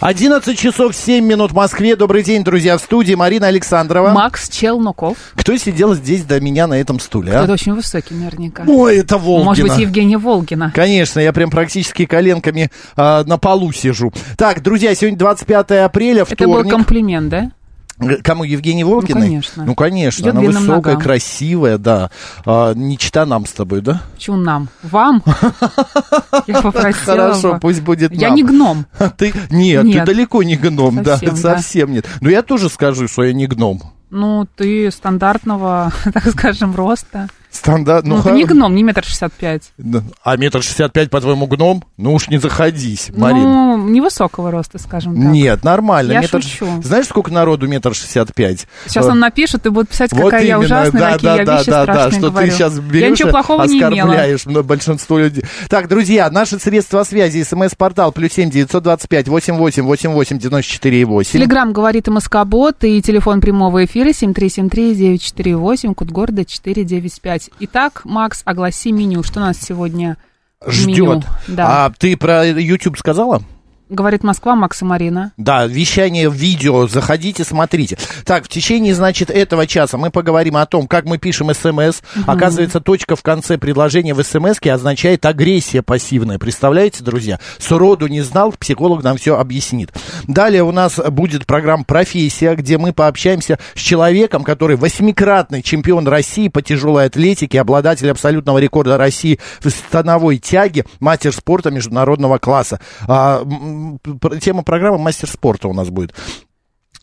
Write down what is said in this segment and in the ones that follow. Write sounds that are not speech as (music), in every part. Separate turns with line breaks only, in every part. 11 часов 7 минут в Москве. Добрый день, друзья, в студии Марина Александрова.
Макс Челноков.
Кто сидел здесь до меня на этом стуле, а?
Это очень высокий наверняка.
Ой, это Волгина.
Может быть, Евгения Волгина.
Конечно, я прям практически коленками а, на полу сижу. Так, друзья, сегодня 25 апреля,
Это был
вторник.
комплимент, да?
Кому? Евгений Волгиной?
конечно.
Ну, конечно.
Её
Она
длинным
высокая,
ногам.
красивая, да. А, не чита нам с тобой, да?
Почему нам?
(laughs)
Вам? Я попросила
Хорошо,
бы.
пусть будет
Я
нам.
не гном.
А (laughs) Ты... Нет,
Нет.
ты далеко не гном,
Совсем, да.
да, совсем нет. Но я тоже скажу, что я не гном.
Ну, ты стандартного, (laughs) так скажем, роста.
Стандарт,
Ну, ты
ха-
не гном, не метр шестьдат пять.
Да. А метр шестьдесят пять, по-твоему, гном? Ну уж не заходись, Марин.
Ну, невысокого роста, скажем так.
Нет, нормально.
Я
метр...
шучу.
Знаешь, сколько народу метр шестьдесят пять?
Сейчас
Э,
нам напишут и будут писать,
Вот
какая я
именно,
ужасная,
да,
какие
да,
я
да,
вещи
да, да,
страшные
что
говорю.
ты сейчас берешь
я ничего
и
плохого не имела.
оскорбляешь мно- большинство людей. Так, друзья, наши средства связи, смс-портал, плюс семь девятьсот двадцать пять, восемь восемь, восемь восемь, девяносто четыре и восемь.
Телеграмм говорит МСК-бот и телефон прямого эфира 7373948, код города 495. Итак, Макс, огласи меню. Что нас сегодня в меню?
Ждет.
Да.
А ты про YouTube сказала?
Говорит Москва, Макс и Марина.
Да, вещание в видео, заходите, смотрите. Так, в течение, значит, этого часа мы поговорим о том, как мы пишем смс. Оказывается, точка в конце предложения в смс означает агрессия пассивная. Представляете, друзья? Сроду не знал, психолог нам все объяснит. Далее у нас будет программа «Профессия», где мы пообщаемся с человеком, который восьмикратный чемпион России по тяжелой атлетике, обладатель абсолютного рекорда России в становой тяге, мастер спорта международного класса. А, м, м, пр- тема программы «Мастер спорта» у нас будет.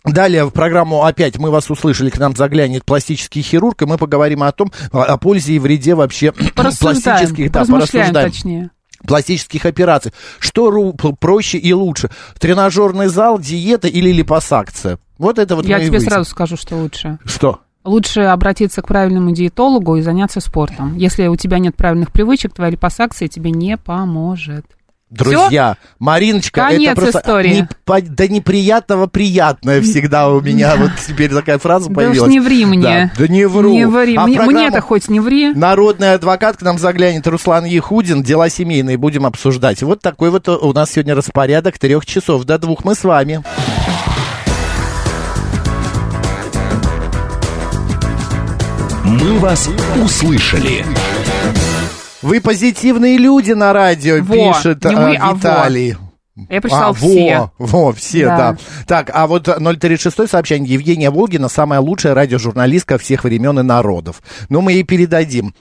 Далее в программу опять мы вас услышали, к нам заглянет пластический хирург, и мы поговорим о том, о о пользе и вреде вообще
Порассуждаем,
пластических, да,
поразмышляем
порассуждаем
точнее.
пластических операций. Что ру- п- проще и лучше? Тренажерный зал, диета или липосакция? Вот это вот
Я
мы и
тебе
выясним.
сразу скажу, что лучше.
Что?
Лучше обратиться к правильному диетологу и заняться спортом. Если у тебя нет правильных привычек, твоя липосакция тебе не поможет.
Друзья, Мариночка,
Конец
это просто
истории.
не по- до неприятного приятное всегда у меня вот теперь такая фраза
Да
появилась.
уж не ври
Да,
мне.
Да, не вру.
Не ври.
А
мне,
программа Ну,
то хоть не ври.
Народный адвокат к нам заглянет Руслан Яхудин. Дела семейные будем обсуждать. Вот такой вот у нас сегодня распорядок трех часов до двух. Мы с вами.
«Мы вас услышали».
Вы позитивные люди на радио,
Во,
пишет
не
а,
мы, а во.
Виталий.
Я прочитала
а,
все.
Во, во, все, да.
Да.
Так, а вот 036 сообщение. Евгения Волгина самая лучшая радиожурналистка всех времен и народов. Ну, мы ей передадим.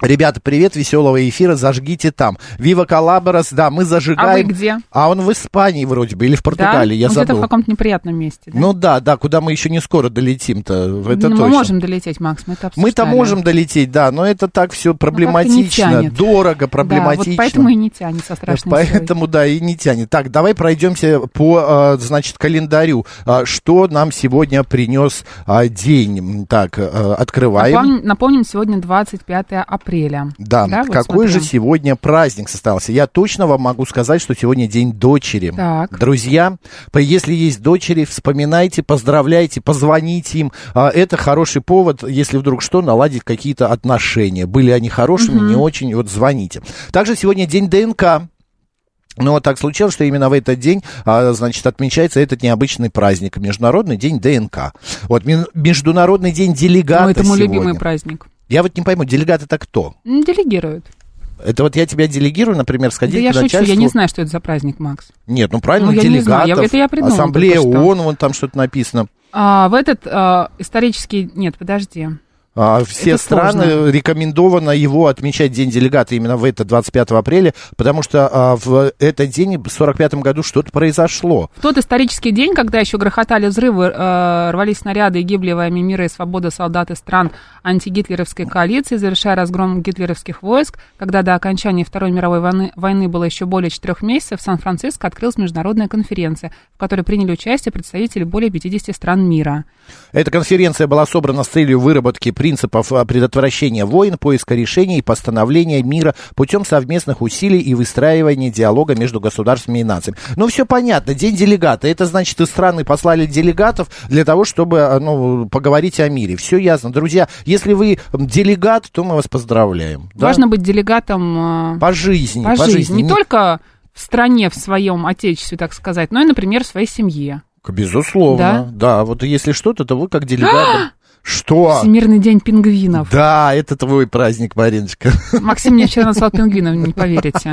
Ребята, привет, веселого эфира, зажгите там. Вива Колаборас, да, мы зажигаем.
А вы где?
А он в Испании вроде бы, или в
Да?
Португалии, я
Ну, Где-то
забыл.
в каком-то неприятном месте. да?
Ну да, да, куда мы еще не скоро долетим-то, это
Ну,
точно.
Мы можем долететь, Макс, мы это обсуждали.
Мы-то можем долететь, да, но это так все проблематично,
Ну, тянет.
дорого,
Да,
проблематично.
вот поэтому и не тянет со страшной
Поэтому, (laughs) да, и не тянет. Так, давай пройдемся по, э, значит, календарю. А, Что нам сегодня принес а, день? М, Так, э,
силой.
открываем.
Напомним, напомним, сегодня 25 апреля.
Да,
вот
какой же
смотрим.
сегодня праздник состоялся? Я точно вам могу сказать, что сегодня день дочери.
Так.
Друзья, по- если есть дочери, вспоминайте, поздравляйте, позвоните им. А, Это хороший повод, если вдруг что, наладить какие-то отношения. Были они хорошими, не очень, вот звоните. Также сегодня день ДНК. Но вот так случилось, что именно в этот день, а, значит, отмечается этот необычный праздник, Международный день ДНК. Вот Мин- Международный день делегата
Ну, это мой
сегодня.
любимый праздник.
Я вот не пойму, делегат это кто?
Ну, Делегируют.
Это вот я тебя делегирую, например,
Да
сходить
я
к
шучу,
начальству.
я не знаю, что это за праздник, Макс.
Нет, ну правильно,
Ну, я не
делегатов.
знаю, я- это я придумала
Ассамблея
только что.
ООН, вон там что-то написано.
А, в этот а, исторический... Нет, подожди.
А, Все
Это
страны
сложно.
рекомендовано его отмечать День делегата именно в это 25 апреля, потому что а, в этот день, в 45 году, что-то произошло.
В тот исторический день, когда еще грохотали взрывы, э, рвались снаряды и гибли во имя мира и свободы солдаты стран антигитлеровской коалиции, завершая разгром гитлеровских войск, когда до окончания Второй мировой войны, войны было еще более четырех месяцев, в Сан-Франциско открылась международная конференция, в которой приняли участие представители более 50 стран мира.
Эта конференция была собрана с целью выработки принципов а, предотвращения войн, поиска решений и постановления мира путем совместных усилий и выстраивания диалога между государствами и нациями. Ну, все понятно. День делегата. Это значит, из страны послали делегатов для того, чтобы а, ну, поговорить о мире. Все ясно. Друзья, если вы м, делегат, то мы вас поздравляем. Да?
Важно быть делегатом э,
по жизни. ну.
по, жизни. не
Не-
только в стране, в своем отечестве, так сказать, но и, например, в своей семье.
Безусловно. Да? вот если что-то, то вы
(gasps)
как делегат. Что?
Всемирный день пингвинов.
Да, это твой праздник, Мариночка.
Максим мне вчера назвал пингвином, не поверите.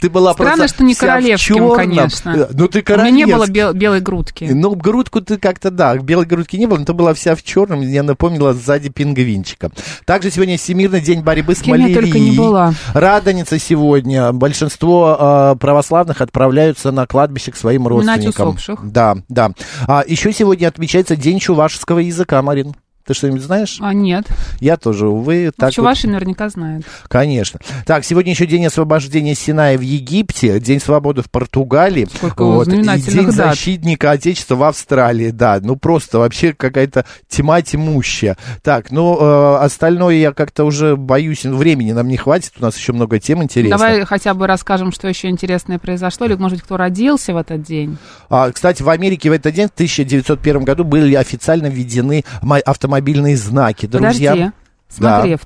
Ты была
Странно,
просто
что не
вся в
королевским,
чёрном.
конечно.
Э, Ну, ты
У меня
королевский.
не было бел- белой грудки.
Ну, грудку ты как-то, да, белой грудки не было, но ты была вся в черном, мне напомнила сзади пингвинчика. Также сегодня Всемирный день борьбы с
Кем я
малярией.
только не была.
Радоница сегодня. Большинство э, православных отправляются на кладбище к своим
Поминать
родственникам.
усопших.
Да, да. А еще сегодня отмечается День чувашского языка, Марин. Ты что-нибудь знаешь?
А, нет.
Я тоже, увы.
А
так
В
вот.
Чувашии наверняка знают.
Конечно. Так, сегодня еще день освобождения Синая в Египте, день свободы в Португалии,
Сколько
и
знаменательных
день
дат.
защитника Отечества в Австралии. Да, ну просто вообще какая-то тьма тьмущая. Так, ну э, остальное я как-то уже боюсь, ну, времени нам не хватит, у нас еще много тем интересных.
Давай хотя бы расскажем, что еще интересное произошло, или, может быть, кто родился в этот день.
А, кстати, в Америке в этот день, в 1901 году, были официально введены ма- автомобильные знаки. Друзья,
Подожди. Смотри, в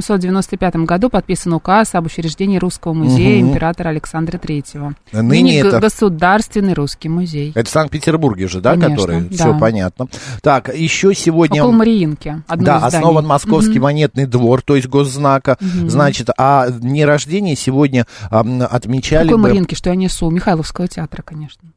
1895 году подписан указ об учреждении Русского музея
Мгм. А
императора Александра Третьего.
Ныне
г-
это-
Государственный русский музей.
это в Санкт-Петербурге уже, да,
Конечно,
который?
да.
Все понятно. Так, еще сегодня...
Около Мариинки. одно
Да,
из зданий.
основан Московский монетный двор, то есть госзнака. Значит, а дни рождения сегодня ам, отмечали
Какой
бы...
Мариинки, что я несу? Михайловского театра, конечно.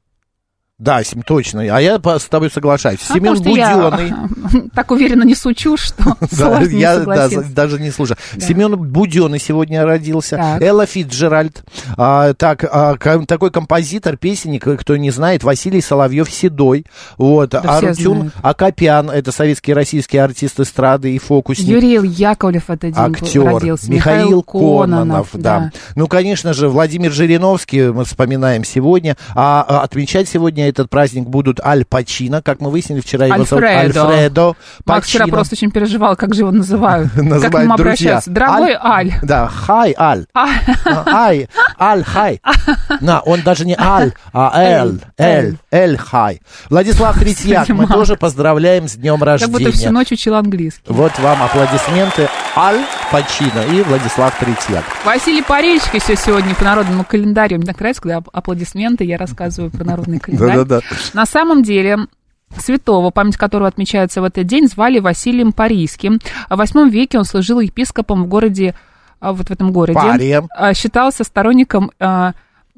Да, сем- точно. А я по- с тобой соглашаюсь.
А
Семен
потому что (laughs)
Буденный.
Я так уверенно несу чушь, что
(laughs) Да,
сложно не
я да,
согласиться.
за- даже не слушаю.
Да.
Семен Буденный сегодня родился.
Так.
Элла Фитджеральд. А, так, а, ком- такой композитор, песенник, э, кто не знает, Василий Соловьев Седой. Вот.
Да все
Артюн
знают.
Акопян. Это советский и российский артист эстрады и фокусник.
Юрий Яковлев в этот день был-
актер
родился.
Михаил, Кононов, да. Ну, конечно же, Владимир Жириновский мы вспоминаем сегодня, а а отмечать сегодня этот праздник будут Аль Пачино, как мы выяснили вчера, его зовут
Альфредо.
Альфредо
Макс Ну, а вчера
Пачино.
просто очень переживал, как же его называют. Как к
(laughs) Называют
нему
друзья.
обращаются. Дорогой Аль. (laughs) А,
Да, хай, Аль. А, Ай, Аль, хай. На, он даже не Аль, а Эль, Эль, Эль, хай. Владислав
(laughs)
Третьяк, мы
Макс.
тоже поздравляем с днем
Как будто всю
рождения.
ночь учил английский.
Вот вам аплодисменты Аль Пачино и Владислав Третьяк.
Василий Паречко еще сегодня по народному календарю. Мне так нравится, когда ап- аплодисменты, я рассказываю про народный календарь.
Да-да-да.
На самом деле, святого, память которого отмечается в этот день, звали Василием Парийским. В восьмом веке он служил епископом в городе, а, вот в этом городе.
Парием.
А, Считался сторонником а,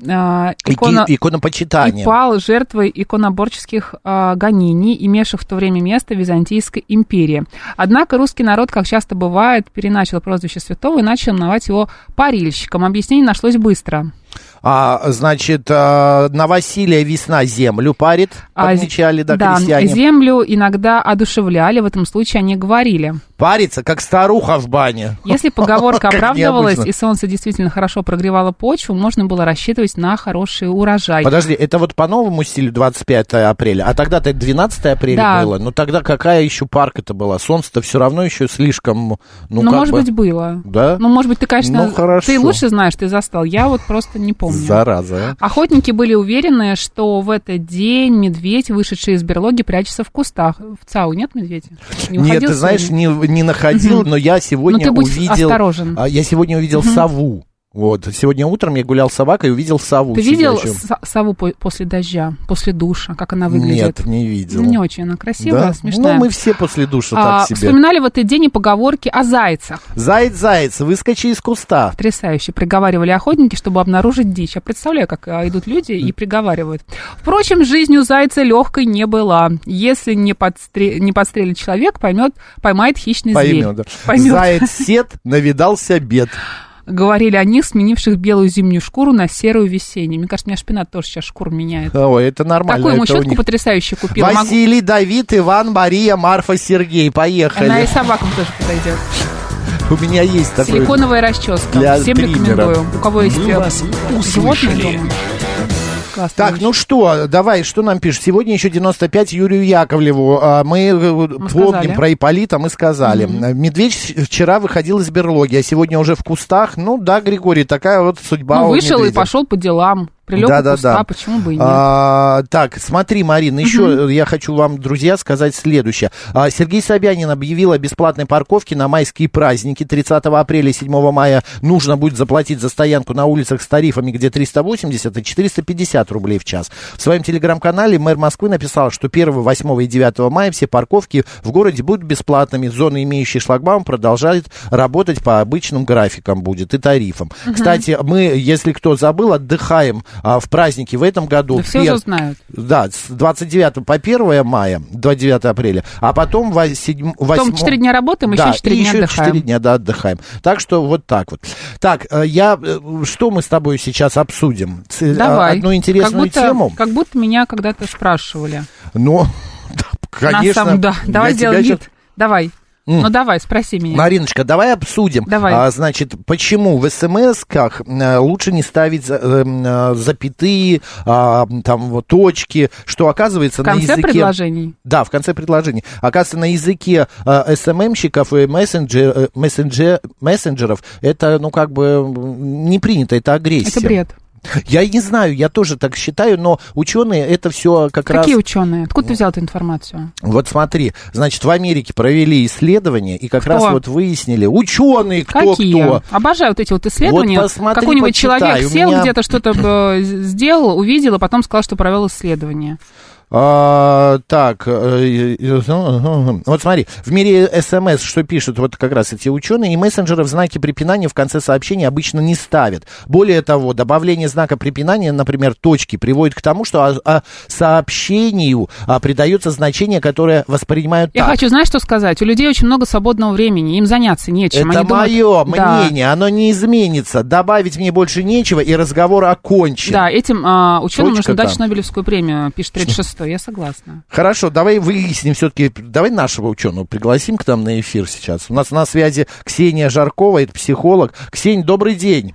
а, иконо-
Ики- иконопочитание.
и пал жертвой иконоборческих а, гонений, имевших в то время место в Византийской империи. Однако русский народ, как часто бывает, переначал прозвище святого и начал именовать его парильщиком. Объяснение нашлось быстро.
А, значит, а, на Василия весна землю парит,
А,
отмечали, да, крестьяне.
землю иногда одушевляли, в этом случае они говорили.
Парится, как старуха в бане.
Если поговорка
(laughs) Как
оправдывалась
необычно.
и солнце действительно хорошо прогревало почву, можно было рассчитывать на хороший урожай.
Подожди, это вот по новому стилю 25 апреля, а тогда-то это 12 апреля
Да.
было. Ну тогда какая еще парка-то была? Солнце-то все равно еще слишком, ну
Ну,
как
может
бы...
быть, было.
Да?
Ну, может быть, ты, конечно,
Ну, хорошо.
ты лучше знаешь, ты застал. Я вот просто не помню.
Зараза. а.
Охотники были уверены, что в этот день медведь, вышедший из берлоги, прячется в кустах. В ЦАУ нет медведя? Не
Нет,
выходил
ты знаешь,
сегодня?
не, не находил, но я сегодня
Ну, ты будь
увидел...
осторожен.
А, Я сегодня увидел сову. Вот. Сегодня утром я гулял с собакой и увидел сову.
Ты видел
сидящую.
со- сову по- после дождя, после душа, как она выглядит?
Нет, не видел.
Не очень она красивая,
Да?
смешная.
Ну, мы все после душа
А,
так себе.
вспоминали в этот день и поговорки о зайцах.
Заяц, заяц, выскочи из куста.
Потрясающе. Приговаривали охотники, чтобы обнаружить дичь. Я представляю, как а, идут люди и приговаривают. Впрочем, жизнь у зайца легкой не была. Если не, подстре- не подстрелит человек, поймет, поймает хищный зверь.
Поймет, да.
Поймет.
Заяц сед, навидался бед.
Говорили о них, сменивших белую зимнюю шкуру на серую весеннюю. Мне кажется, у меня шпинат тоже сейчас шкур меняет.
Ой, это нормально.
Такую ему
это у
щетку
них.
потрясающе купила. Могу-
Василий, Давид, Иван, Мария, Марфа, Сергей. Поехали. (laughs)
Она и собакам тоже подойдет.
У меня есть такой.
Силиконовая расческа.
Для
Всем
триммера.
рекомендую. У кого есть
Мы
э,
вас
животные
услышали.
дома. Классно.
Так, ну что, давай, что нам пишут? Сегодня еще 95 Юрию Яковлеву. А Мы, э, помним
сказали.
про Иполита, мы сказали. Медведь щ- вчера выходил из берлоги, а сегодня уже в кустах. Ну да, Григорий, такая вот судьба
Ну,
у
вышел и
медведя.
пошел по делам. Прилег у
Да-да-да.
куста, почему бы и нет.
А, так, смотри, Марина, еще я хочу вам, друзья, сказать следующее. А, Сергей Собянин объявил о бесплатной парковке на майские праздники. 30 апреля и 7 мая нужно будет заплатить за стоянку на улицах с тарифами, где 380 и 450 рублей в час. В своем телеграм-канале мэр Москвы написал, что 1, 8 и 9 мая все парковки в городе будут бесплатными. Зоны, имеющие шлагбаум, продолжают работать по обычным графикам будет и тарифам. Кстати, мы, если кто забыл, отдыхаем а, в празднике в этом году.
Да все
Пер-
уже знают.
Да, с 29 по 1 мая, 29 апреля, а потом 7, 8...
Потом четыре дня работаем, еще четыре дня отдыхаем.
4 дня да, отдыхаем. Так что вот так вот. Так, э, я... э, Что мы с тобой сейчас обсудим? Ц- э,
Давай.
Одну интересную
как будто,
тему.
Как будто меня когда-то спрашивали.
Но, (laughs) да,
На
конечно...
самом- да.
я
Давай
тебя
сделаем
щас-
вид. Давай. Ну давай, спроси меня.
Мариночка, давай обсудим.
Давай.
А, значит, почему в смс-ках э, лучше не ставить за- эм, э, запятые, а, там вот точки, что оказывается
В
на
конце
языке...
предложений.
Да, в конце предложения. Оказывается, на языке э, СММщиков и мессенджер, э, мессенджер, мессенджеров это, ну, как бы м, не принято, это агрессия.
Это бред.
Я не знаю, я тоже так считаю, но ученые это все как раз...
Какие ученые? Откуда ты взял эту информацию?
Вот смотри, значит, в Америке провели исследование и как
Кто?
раз вот выяснили, ученые
Какие?
кто-кто.
Обожаю вот эти вот исследования.
Вот посмотри,
Какой-нибудь
почитай,
человек
у
сел
меня-
где-то что-то э, сделал, увидел, а потом сказал, что провел исследование.
А, так, э, э, э, ну, вот смотри, в мире СМС, что пишут вот как раз эти ученые, и мессенджеры в знаке препинания в конце сообщения обычно не ставят. Более того, добавление знака препинания, например, точки, приводит к тому, что а- а сообщению а, придается значение, которое воспринимают
Я
так.
хочу, знаешь, что сказать? У людей очень много свободного времени, им заняться нечем.
Это
Они думают-
мое
Да.
мнение, оно не изменится. Добавить мне больше нечего, и разговор окончен.
Да, этим а, ученым
Точка
нужно дать
там.
Нобелевскую премию, пишет 36-й, я согласна.
Хорошо, давай выясним все-таки, давай нашего ученого пригласим к нам на эфир сейчас. У нас на связи Ксения Жаркова, это психолог. Ксень, добрый день.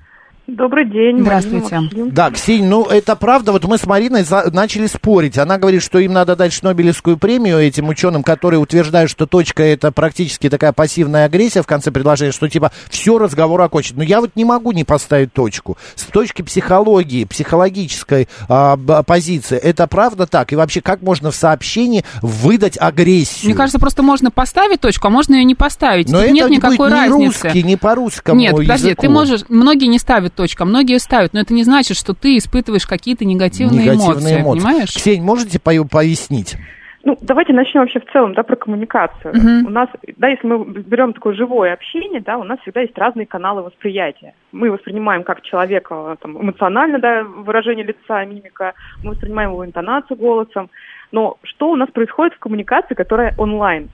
Добрый день. Марина,
Здравствуйте.
Максим.
Да, Ксень, ну это правда, вот мы с Мариной за- начали спорить. Она говорит, что им надо дать Нобелевскую премию этим ученым, которые утверждают, что точка это практически такая пассивная агрессия в конце предложения, что типа все разговор окончен. Но я вот не могу не поставить точку. С точки психологии, психологической а, б- позиции, это правда так? И вообще, как можно в сообщении выдать агрессию?
Мне кажется, просто можно поставить точку, а можно ее не поставить.
Но
Тут
это
нет
не
никакой
будет ни
разницы.
русский, не по-русскому
нет, подожди,
языку.
ты можешь, многие не ставят точку, а многие ставят, но это не значит, что ты испытываешь какие-то негативные, эмоции, понимаешь?
Ксень, можете пою- пояснить?
Ну, давайте начнем вообще в целом, да, про коммуникацию.
Мгм.
У нас, да, если мы берем такое живое общение, да, у нас всегда есть разные каналы восприятия. Мы воспринимаем как человека там, эмоционально, да, выражение лица, мимика, мы воспринимаем его интонацию голосом. Но что у нас происходит в коммуникации, которая онлайн?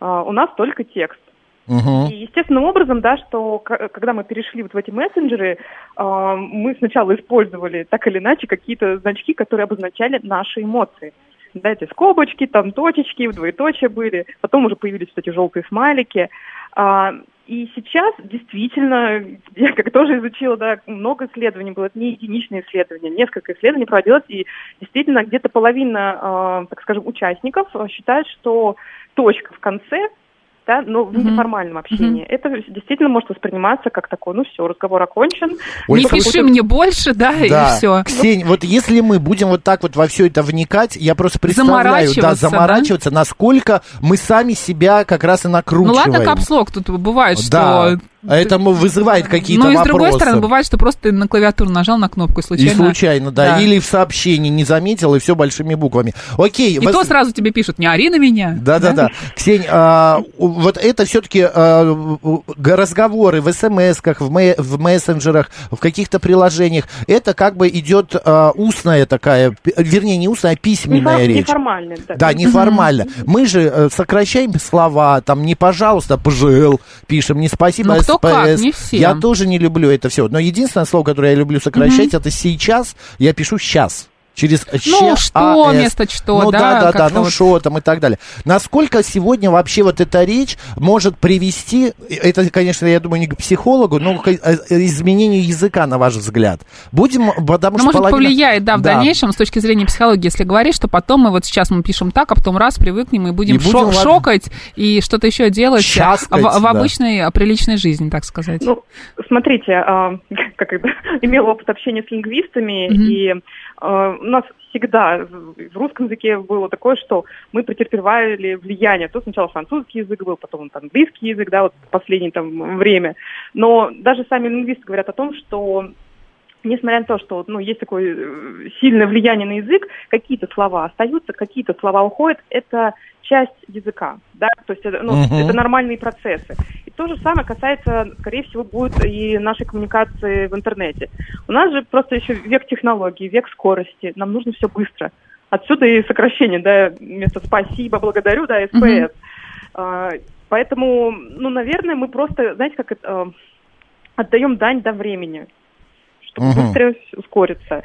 А, у нас только текст.
Мгм.
И естественным образом, да, что к- когда мы перешли вот в эти мессенджеры, э, мы сначала использовали так или иначе какие-то значки, которые обозначали наши эмоции. Да, эти скобочки, там точечки, двоеточие были, потом уже появились вот эти желтые смайлики. А, и сейчас действительно, я как тоже изучила, да, много исследований было, это не единичные исследования, несколько исследований проводилось, и действительно где-то половина, э, так скажем, участников э, считает, что точка в конце, да, но в
Мгм.
неформальном общении, это действительно может восприниматься как такой, ну все, разговор окончен.
Ой,
не
слушай,
пиши мне больше, да,
Да.
и все.
Ксень, вот если мы будем вот так вот во все это вникать, я просто представляю,
Заморачиваться,
да,
да?
заморачиваться, насколько мы сами себя как раз и
Ну
накручиваем.
ладно, капслок тут бывает,
Да.
что
Это м, вызывает какие-то
Ну и с
вопросы.
другой стороны, бывает, что просто ты на клавиатуру нажал на кнопку и
И
случайно.
случайно, да. Или в сообщении не заметил, и все большими буквами. Окей.
И
вас-
то сразу тебе пишут, не ори на меня.
Да, да, да. Ксень, а, у- вот это все-таки разговоры в смс-ках, в, мэ- в мессенджерах, в каких-то приложениях. Это как бы идет а, устная такая, п- вернее, не устная, а письменная речь.
Неформально, да.
Да, неформально. Мы же э, сокращаем слова, там не пожалуйста, а пожил, пишем, не спасибо,
Ну, кто
СПС.
как, не все.
Я тоже не люблю это все. Но единственное слово, которое я люблю сокращать, это сейчас. Я пишу сейчас. Через
Ну,
«щ»,
что
«ас».
вместо что,
ну,
да,
да, да, да,
как-то
ну
вот.
что там и так далее. Насколько сегодня вообще вот эта речь может привести, это, конечно, я думаю, не к психологу, но к э, э, изменению языка, на ваш взгляд. Будем,
Ну,
потому что
может,
половина-
повлияет, да, в дальнейшем, с точки зрения психологии, если говоришь, что потом мы вот сейчас мы пишем так, а потом раз привыкнем и будем,
И будем
шо-
лад-
шокать и что-то еще делать
Щаскать,
в, в
да.
обычной а, приличной жизни, так сказать.
Ну, смотрите, а, (laughs) как это, имела опыт общения с лингвистами,
Мгм.
и а, у нас всегда в в русском языке было такое, что мы претерпевали влияние. То сначала французский язык был, потом там, английский язык, да, вот в последнее там время. Но даже сами лингвисты говорят о том, что несмотря на то, что ну, есть такое э, сильное влияние на язык, какие-то слова остаются, какие-то слова уходят, это часть языка, да, то есть это, ну,
Мгм.
это нормальные процессы. И то же самое касается, скорее всего, будет и нашей коммуникации в интернете. У нас же просто еще век технологий, век скорости, нам нужно все быстро. Отсюда и сокращение, да, вместо спасибо, благодарю, да, СПС.
Мгм.
А, Поэтому, ну, наверное, мы просто, знаете, как это, э, отдаем дань до времени, чтобы
Мгм.
быстрее с- ускориться.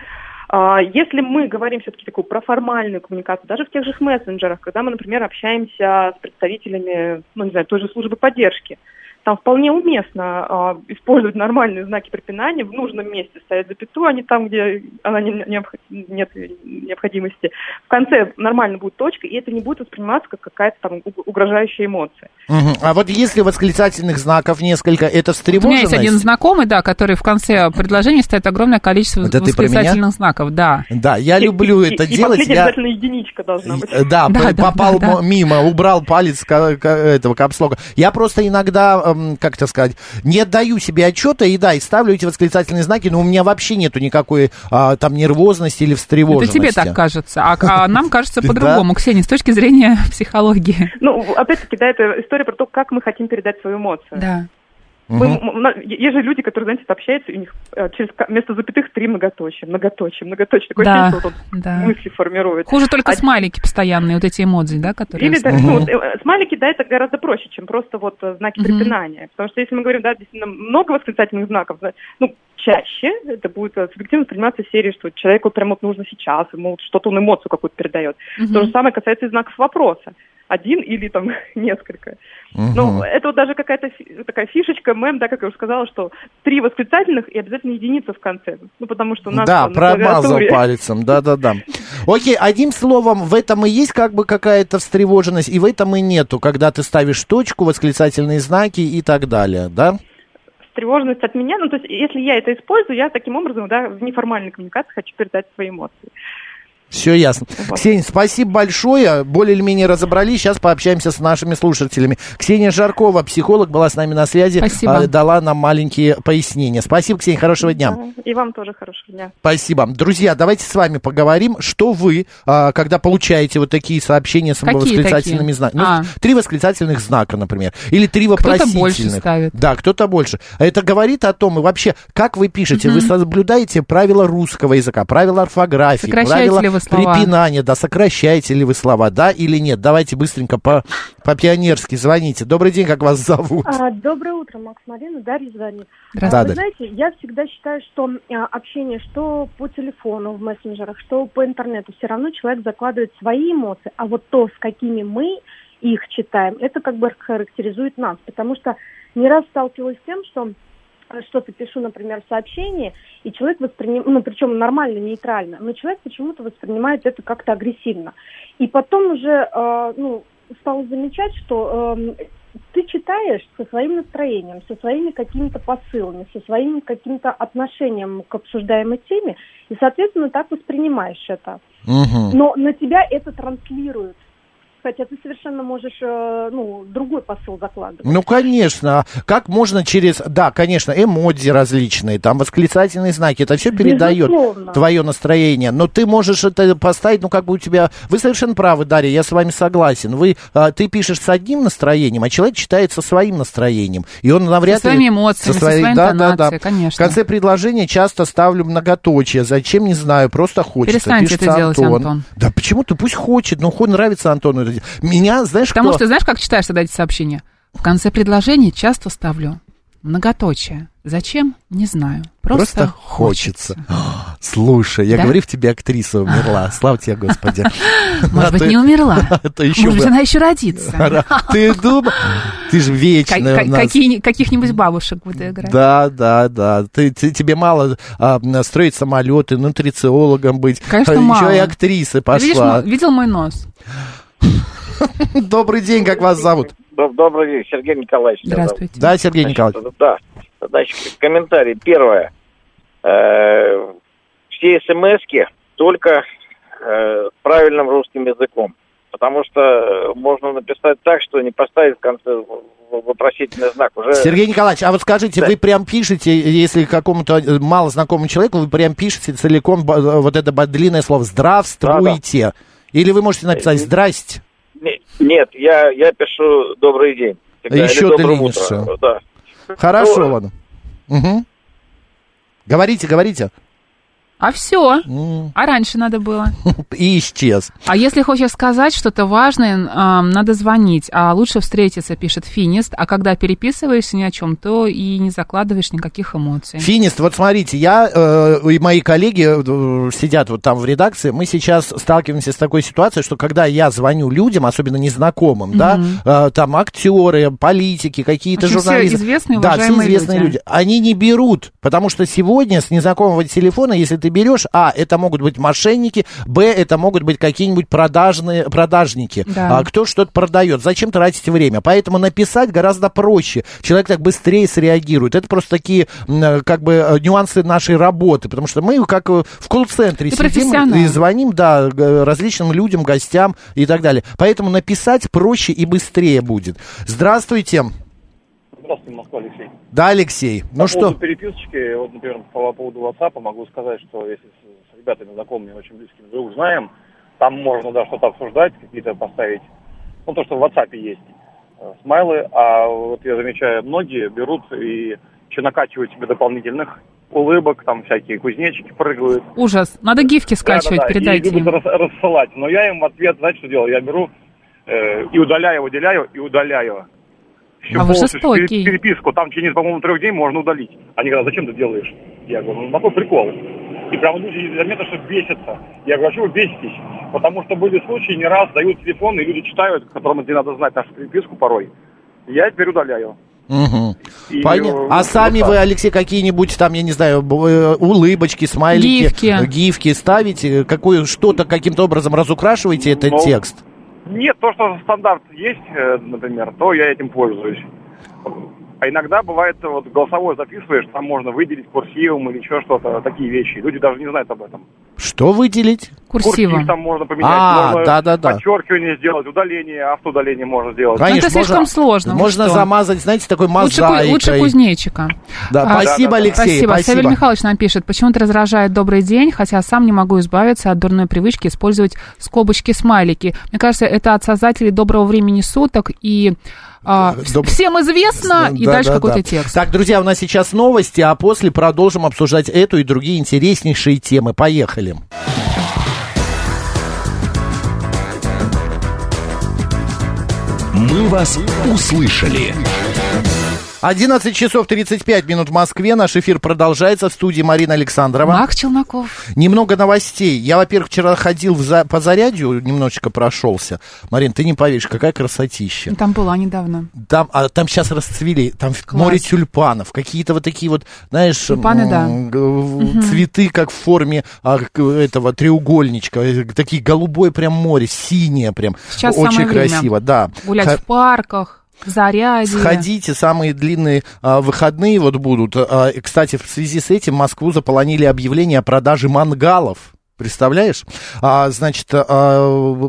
А, Если мы говорим все-таки такую про формальную коммуникацию, даже в тех же мессенджерах, когда мы, например, общаемся с представителями, ну, не знаю, той же службы поддержки, там вполне уместно а, использовать нормальные знаки препинания, в нужном месте ставить запятую, а не там, где она не- не- необх- нет необходимости. В конце нормально будет точка, и это не будет восприниматься как какая-то там уг- угрожающая эмоция.
Мгм. А вот если восклицательных знаков несколько,
Вот у
это
меня есть
встревоженность?
один знакомый, да, который в конце предложения ставит огромное количество
Это ты про меня?
восклицательных знаков, да.
Да, я
И-
люблю
и-
это
и
делать.
последняя
Я...
обязательно единичка должна быть.
Э, Да,
Да,
п-
да,
попал
да, да.
м- мимо, убрал палец ка- ка- этого капслока. Я просто иногда, эм, как это сказать, не отдаю себе отчета и да, и ставлю эти восклицательные знаки, но у меня вообще нету никакой а, там нервозности или
Это
встревоженности.
тебе так кажется, а, а нам кажется
(laughs) Да.
по-другому, Ксения, с точки зрения (laughs) психологии.
Ну, опять-таки, да, это история про то, как мы хотим передать свою эмоцию.
Да.
Мы-
Мгм.
м- м- есть же люди, которые, знаете, общаются, и у них э, через ка- вместо запятых три многоточия, многоточие, многоточие. Такое
Да,
ощущение, что вот он
да.
мысли формирует.
Хуже только
А-
смайлики постоянные, вот эти эмодзи, да, которые...
Или да,
Мгм.
ну, вот, э, смайлики, да, это гораздо проще, чем просто вот э, знаки
Мгм.
препинания. Потому что если мы говорим, да, действительно много восклицательных знаков, да, ну, чаще это будет э, субъективно восприниматься из серии, что человеку прям вот нужно сейчас, ему вот что-то он эмоцию какую-то передает.
Мгм.
То же самое касается и знаков вопроса. Один или там (laughs) несколько.
Мгм.
Ну, это вот даже какая-то фи- такая фишечка, мем, да, как я уже сказала, что три восклицательных и обязательно единица в конце. Ну, потому что у нас
да,
там на
промазал
клавиатуре-
пальцем, да-да-да. Окей, одним словом, в этом и есть как бы какая-то встревоженность, и в этом и нету, когда ты ставишь точку, восклицательные знаки и так далее, да?
(laughs) Тревожность от меня, ну, то есть, если я это использую, я таким образом, да, в неформальной коммуникации хочу передать свои эмоции.
Все ясно.
Вот.
Ксения, спасибо большое. Более или менее разобрались. Сейчас пообщаемся с нашими слушателями. Ксения Жаркова, психолог, была с нами на связи.
Спасибо.
а, Дала нам маленькие пояснения. Спасибо, Ксения. Хорошего дня.
Да, И вам тоже хорошего дня.
Спасибо. Друзья, давайте с вами поговорим, что вы, а, когда получаете вот такие сообщения с
Какие
восклицательными
такие?
знаками. Ну,
А.
три восклицательных знака, например. Или три вопросительных.
больше ставит.
Да, кто-то больше. Это говорит о том, и вообще, как вы пишете, вы соблюдаете правила русского языка, правила орфографии,
Сокращаете
правила
ли вы слова?
препинания, да, сокращаете ли вы слова, да или нет. Давайте быстренько по- по-пионерски звоните. Добрый день, как вас зовут?
А, Доброе утро, Макс Марина, Дарья звонит.
Да,
А,
да.
Вы знаете, я всегда считаю, что а, общение что по телефону в мессенджерах, что по интернету, все равно человек закладывает свои эмоции, а вот то, с какими мы их читаем, это как бы характеризует нас, потому что не раз сталкивалась с тем, что э, что-то пишу, например, в сообщении, и человек воспринимает, ну, причем нормально, нейтрально, но человек почему-то воспринимает это как-то агрессивно. И потом уже, э, ну, стал замечать, что эм, ты читаешь со своим настроением, со своими какими-то посылами, со своим каким-то отношением к обсуждаемой теме, и, соответственно, так воспринимаешь это.
Мгм.
Но на тебя это транслируют. кстати, а ты совершенно можешь, э, ну, другой посыл закладывать.
Ну, конечно. Как можно через... Да, конечно, эмодзи различные, там восклицательные знаки. Это все передает
Безусловно.
твое настроение. Но ты можешь это поставить, ну, как бы у тебя... Вы совершенно правы, Дарья, я с вами согласен. Вы, а, ты пишешь с одним настроением, а человек читает со своим настроением. И он навряд
Со
ли-
своими эмоциями, со своей
да, да, да.
интонацией, конечно.
В конце предложения часто ставлю многоточие. Зачем, не знаю, просто хочется.
Перестаньте
Пишется
это делать, Антон.
Да почему ты? Пусть хочет. Ну, хоть нравится Антону. это делать. Меня, знаешь,
Потому
кто-
что, знаешь, как читаешь тогда эти сообщения? В конце предложения часто ставлю многоточие. Зачем? Не знаю. Просто,
Просто хочется. (gasps) Слушай, я
Да?
говорю, в тебе
(laughs)
актриса умерла. Слава тебе, Господи.
Может
А
быть,
ты-
не
(laughs)
умерла.
Это еще
Может быть,
бы.
она еще родится.
Ты думал? Ты же
Ка-
вечная
ка-
у нас.
какие- Каких-нибудь бабушек буду играть.
Да, да, да. Ты, ты- тебе мало а, строить самолеты, нутрициологом быть.
Конечно,
А,
мало.
Еще и актрисы
Ты видишь, мо-
пошла.
видел мой нос?
Добрый день, как вас зовут?
Доб- Добрый день, Сергей Николаевич. меня зовут.
Здравствуйте.
Да, Сергей Николаевич?
Значит, Да. Значит, комментарий. Первое. Э, Все смс только э, правильным русским языком. Потому что э, можно написать так, что не поставить в конце в- в- вопросительный знак. Уже
Сергей Николаевич, а вот скажите,
Э, Да.
вы прям пишете, если какому-то э, малознакомому человеку, вы прям пишете целиком бо- э, вот это бо- длинное слово «здравствуйте». Или вы можете написать «здрасте».
не- Нет, я, я пишу «Добрый день». Всегда. Или
Еще
«Доброе
длиннее всё.
утро». Да.
Хорошо,
Ну,
ладно. Мгм. Говорите, говорите.
А все.
М,
А раньше надо было.
И исчез.
А если хочешь сказать что-то важное, ам, надо звонить. А лучше встретиться, пишет финист. А когда переписываешься ни о чем, то и не закладываешь никаких эмоций.
Финист, вот смотрите, я э, и мои коллеги э, сидят вот там в редакции, мы сейчас сталкиваемся с такой ситуацией, что когда я звоню людям, особенно незнакомым, да, э, там актеры, политики, какие-то
Очень все
журналисты.
известные,
да, все
уважаемые
известные
люди.
люди. Они не берут, потому что сегодня с незнакомого телефона, если ты берешь, а, это могут быть мошенники, б, это могут быть какие-нибудь продажные, продажники,
Да.
а, кто что-то продает, зачем тратить время. Поэтому написать гораздо проще, человек так быстрее среагирует. Это просто такие, м, э, как бы, э, нюансы нашей работы, потому что мы как э, в колл-центре
Ты
сидим
профессионал.
и звоним, да, г- различным людям, гостям и так далее. Поэтому написать проще и быстрее будет. Здравствуйте.
Здравствуйте, Москва, Алексей.
Да, Алексей. Ну
по
что?
поводу переписочки, вот, например, по поводу WhatsApp могу сказать, что если с, с ребятами знакомыми, очень близкими друг знаем, там можно, да, что-то обсуждать, какие-то поставить, ну, то, что в WhatsApp есть, э, смайлы, а вот я замечаю, многие берут и еще накачивают себе дополнительных улыбок, там всякие кузнечики прыгают,
Ужас. Надо гифки скачивать,
да-да-да,
передайте
и любят
им.
рас- рассылать. Но я им в ответ, знаете, что делал? Я беру э, и удаляю, удаляю, и удаляю. Всю
А вы
полностью
жестокий.
пере- Переписку. Там через, по-моему, трех дней можно удалить. Они говорят, зачем ты делаешь? Я говорю, ну такой прикол. И прям люди заметно, что бесятся. Я говорю, а чего вы беситесь? Потому что были случаи, не раз дают телефон, и люди читают, которым не надо знать нашу переписку порой. Я теперь удаляю.
Мгм.
И,
Понятно.
э,
А сами
вот
вы,
так.
Алексей, какие-нибудь там, я не знаю, б- э, улыбочки, смайлики,
Гифки.
э, гифки ставите, какую что-то каким-то образом разукрашиваете этот
Ну,
текст?
Нет, то, что стандарт есть, э, например, то я этим пользуюсь. А иногда бывает, э, вот голосовое записываешь, там можно выделить курсивом или еще что-то, такие вещи. Люди даже не знают об этом.
Что выделить?
Курсив
Курсивом.
там можно поменять,
А,
можно
да-да-да.
подчеркивание сделать, удаление, автоудаление можно сделать.
Ну, это слишком сложно, вы
Можно
что?
замазать, знаете, такой
Лучше, ку-
мозаикой.
лучше кузнечика.
Да,
А,
спасибо,
да-да-да.
Алексей,
спасибо.
спасибо.
Савель Михайлович нам пишет, почему-то раздражает добрый день, хотя сам не могу избавиться от дурной привычки использовать скобочки-смайлики. Мне кажется, это от создателей доброго времени суток и а, вс-
Доб-
всем известно, и
Да,
дальше
да,
какой-то
да.
текст.
Так, друзья, у нас сейчас новости, а после продолжим обсуждать эту и другие интереснейшие темы. Поехали.
«Мы вас услышали».
11 часов 35 минут в Москве. Наш эфир продолжается в студии Марина Александрова.
Мак Челноков.
Немного новостей. Я, во-первых, вчера ходил в за- по зарядью, немножечко прошелся. Марин, ты не поверишь, какая красотища.
Там была недавно.
Там, а, там сейчас расцвели, там в- море тюльпанов, какие-то вот такие вот, знаешь, м,
Тюльпаны, да.
г- в- цветы, как в форме а, к- этого треугольничка, э, такие голубое прям море, синее прям,
Сейчас
очень
самое время.
красиво, да.
Гулять
Ха-
в парках, в заряде.
Сходите, самые длинные а, выходные вот будут. А, и, кстати, в связи с этим Москву заполонили объявление о продаже мангалов. Представляешь? А, значит, а,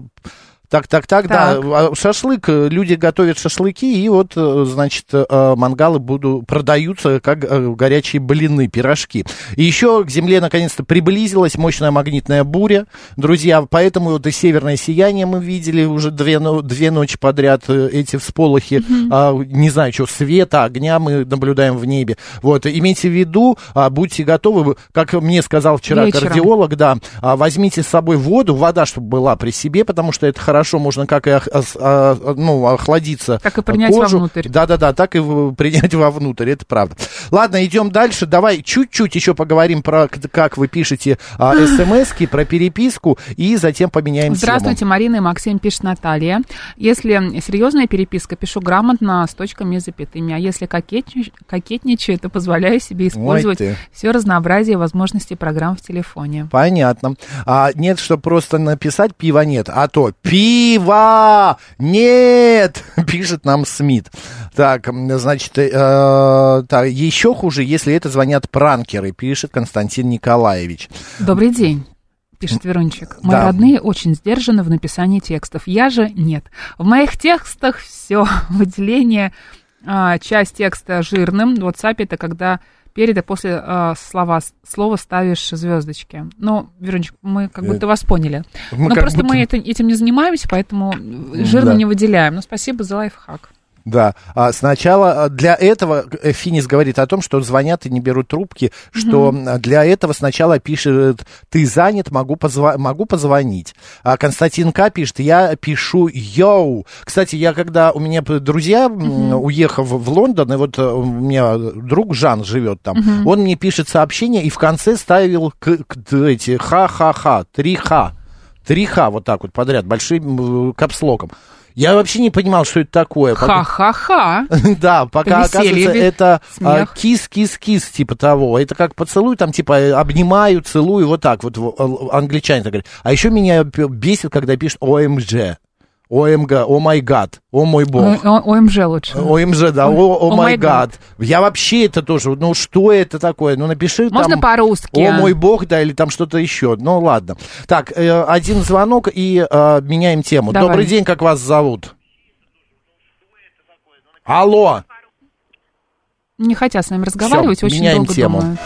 Так, так, так, да. А, Шашлык. э, Люди готовят шашлыки, и вот, э, значит, э, мангалы буду, продаются как э, горячие блины, пирожки. И еще к Земле наконец-то приблизилась мощная магнитная буря. Друзья, поэтому вот и северное сияние мы видели уже две, но- две ночи подряд э, эти всполохи, а, не знаю, что, света, огня мы наблюдаем в небе. Вот, имейте в виду, а, будьте готовы, как мне сказал вчера
Вечером.
кардиолог, кардиолог, да, а, возьмите с собой воду, вода, чтобы была при себе, потому что это хорошо, можно как и ох- ос- а, ну, охладиться
Как и принять
кожу.
вовнутрь.
Да-да-да, так и в- (laughs) принять вовнутрь, это правда. Ладно, идем дальше, давай чуть-чуть еще поговорим про, к- как вы пишете
(gasps)
смс-ки, про переписку, и затем поменяем
Здравствуйте, Марина и Максим, пишет Наталья. Если серьезная переписка, пишу грамотно с точками и запятыми, а если кокетнич- кокетничаю, то позволяю себе использовать
ты.
все разнообразие возможностей программ в телефоне.
Понятно. А нет, что просто написать пива нет, а то пива нет, (laughs) пишет нам Смит. Так, м, значит, э, э, так, еще хуже, если это звонят пранкеры, пишет Константин Николаевич.
Добрый день. Пишет Верунчик. Мои
Да.
родные очень сдержаны в написании текстов. Я же нет. В моих текстах все. (laughs) Выделение а, часть текста жирным. В WhatsApp это когда перед и после а, слова, слова ставишь звездочки. Ну, Верунчик, мы
Э,
как будто вас поняли. Но
Мы как
Ну, просто мы это-
будто-
этим не занимаемся, поэтому э, жирно
Да.
не выделяем. Но спасибо за лайфхак.
Да, а сначала а, для этого э, Финис говорит о том, что звонят и не берут трубки, что м, а, для этого сначала пишет «ты занят, могу, позва- могу позвонить». А Константин К. пишет «я пишу йоу». Кстати, я когда, у меня п- друзья, м, уехав в Лондон, и вот э, у меня друг Жан живет там, он мне пишет сообщение и в конце ставил к- к- т- эти «ха-ха-ха», «три ха». Три ха вот так вот подряд, большим м, капслоком. Я вообще не понимал, что это такое. Потом-
Ха-ха-ха.
(laughs) да, пока
Это веселье,
оказывается,
ве-
это а,
смех.
кис-кис-кис, типа того. Это как поцелуй, там типа э, обнимаю, целую, вот так вот в- э, л- англичане так говорят. А еще меня п- бесит, когда пишут ОМЖ. ОМГ, о май гад, о мой бог.
О- о- ОМЖ лучше.
ОМЖ, да, о
О
май
май гад.
гад. Я вообще это тоже, ну что это такое? Ну напиши там...
Можно по-русски?
О мой бог, да, или там что-то еще. Ну ладно. Так, э, один звонок и э, меняем тему.
Давай.
Добрый день, как вас зовут? Алло.
Не хотят с нами разговаривать, очень
меняем
долго
тему.
думают.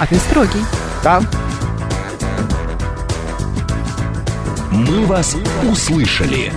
А ты строгий.
Да?
«Мы вас услышали».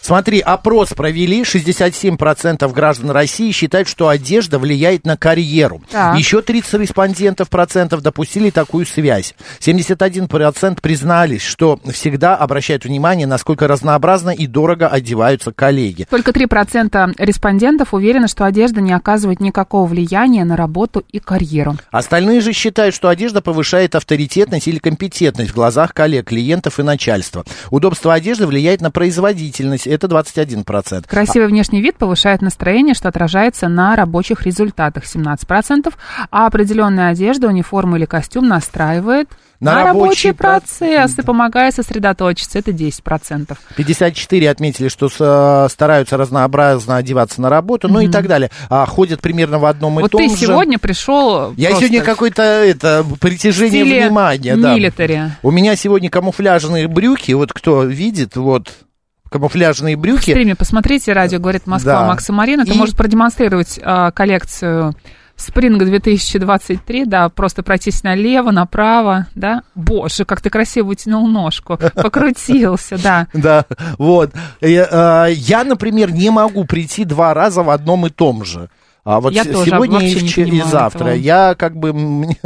Смотри, опрос провели. 67% граждан России считают, что одежда влияет на карьеру.
Так.
Еще 30 респондентов процентов допустили такую связь. 71% признались, что всегда обращают внимание, насколько разнообразно и дорого одеваются коллеги.
Только 3% респондентов уверены, что одежда не оказывает никакого влияния на работу и карьеру.
Остальные же считают, что одежда повышает авторитетность или компетентность в глазах коллег, клиентов и начальства. Удобство одежды влияет на производительность. Это 21%.
Красивый внешний вид повышает настроение, что отражается на рабочих результатах 17%, а определенная одежда, униформа или костюм настраивает
На
на,
рабочий
рабочий процесс и помогает сосредоточиться. Это 10%.
54 отметили, что с- э, стараются разнообразно одеваться на работу, ну и так далее. А, ходят примерно в одном и
вот
том
ты
же.
сегодня пришел
Я
просто
сегодня какой-то это
в
притяжение
стиле
внимания, да.
милитари.
У меня сегодня камуфляжные брюки, вот кто видит, вот камуфляжные
В
брюки.
стриме посмотрите, радио говорит Москва,
Да.
Макса Марина. Ты
И-
можешь продемонстрировать а, коллекцию Спринг 2023, да, просто пройтись налево, направо, да. Боже, как ты красиво вытянул
(laughs)
ножку, покрутился, да.
Да, вот. И, э, я, например, не могу прийти два раза в одном и том же. А вот
Я
се-
тоже
сегодня и,
вообще не
вче- и
понимаю
завтра.
этого.
Я как бы... (laughs) мне-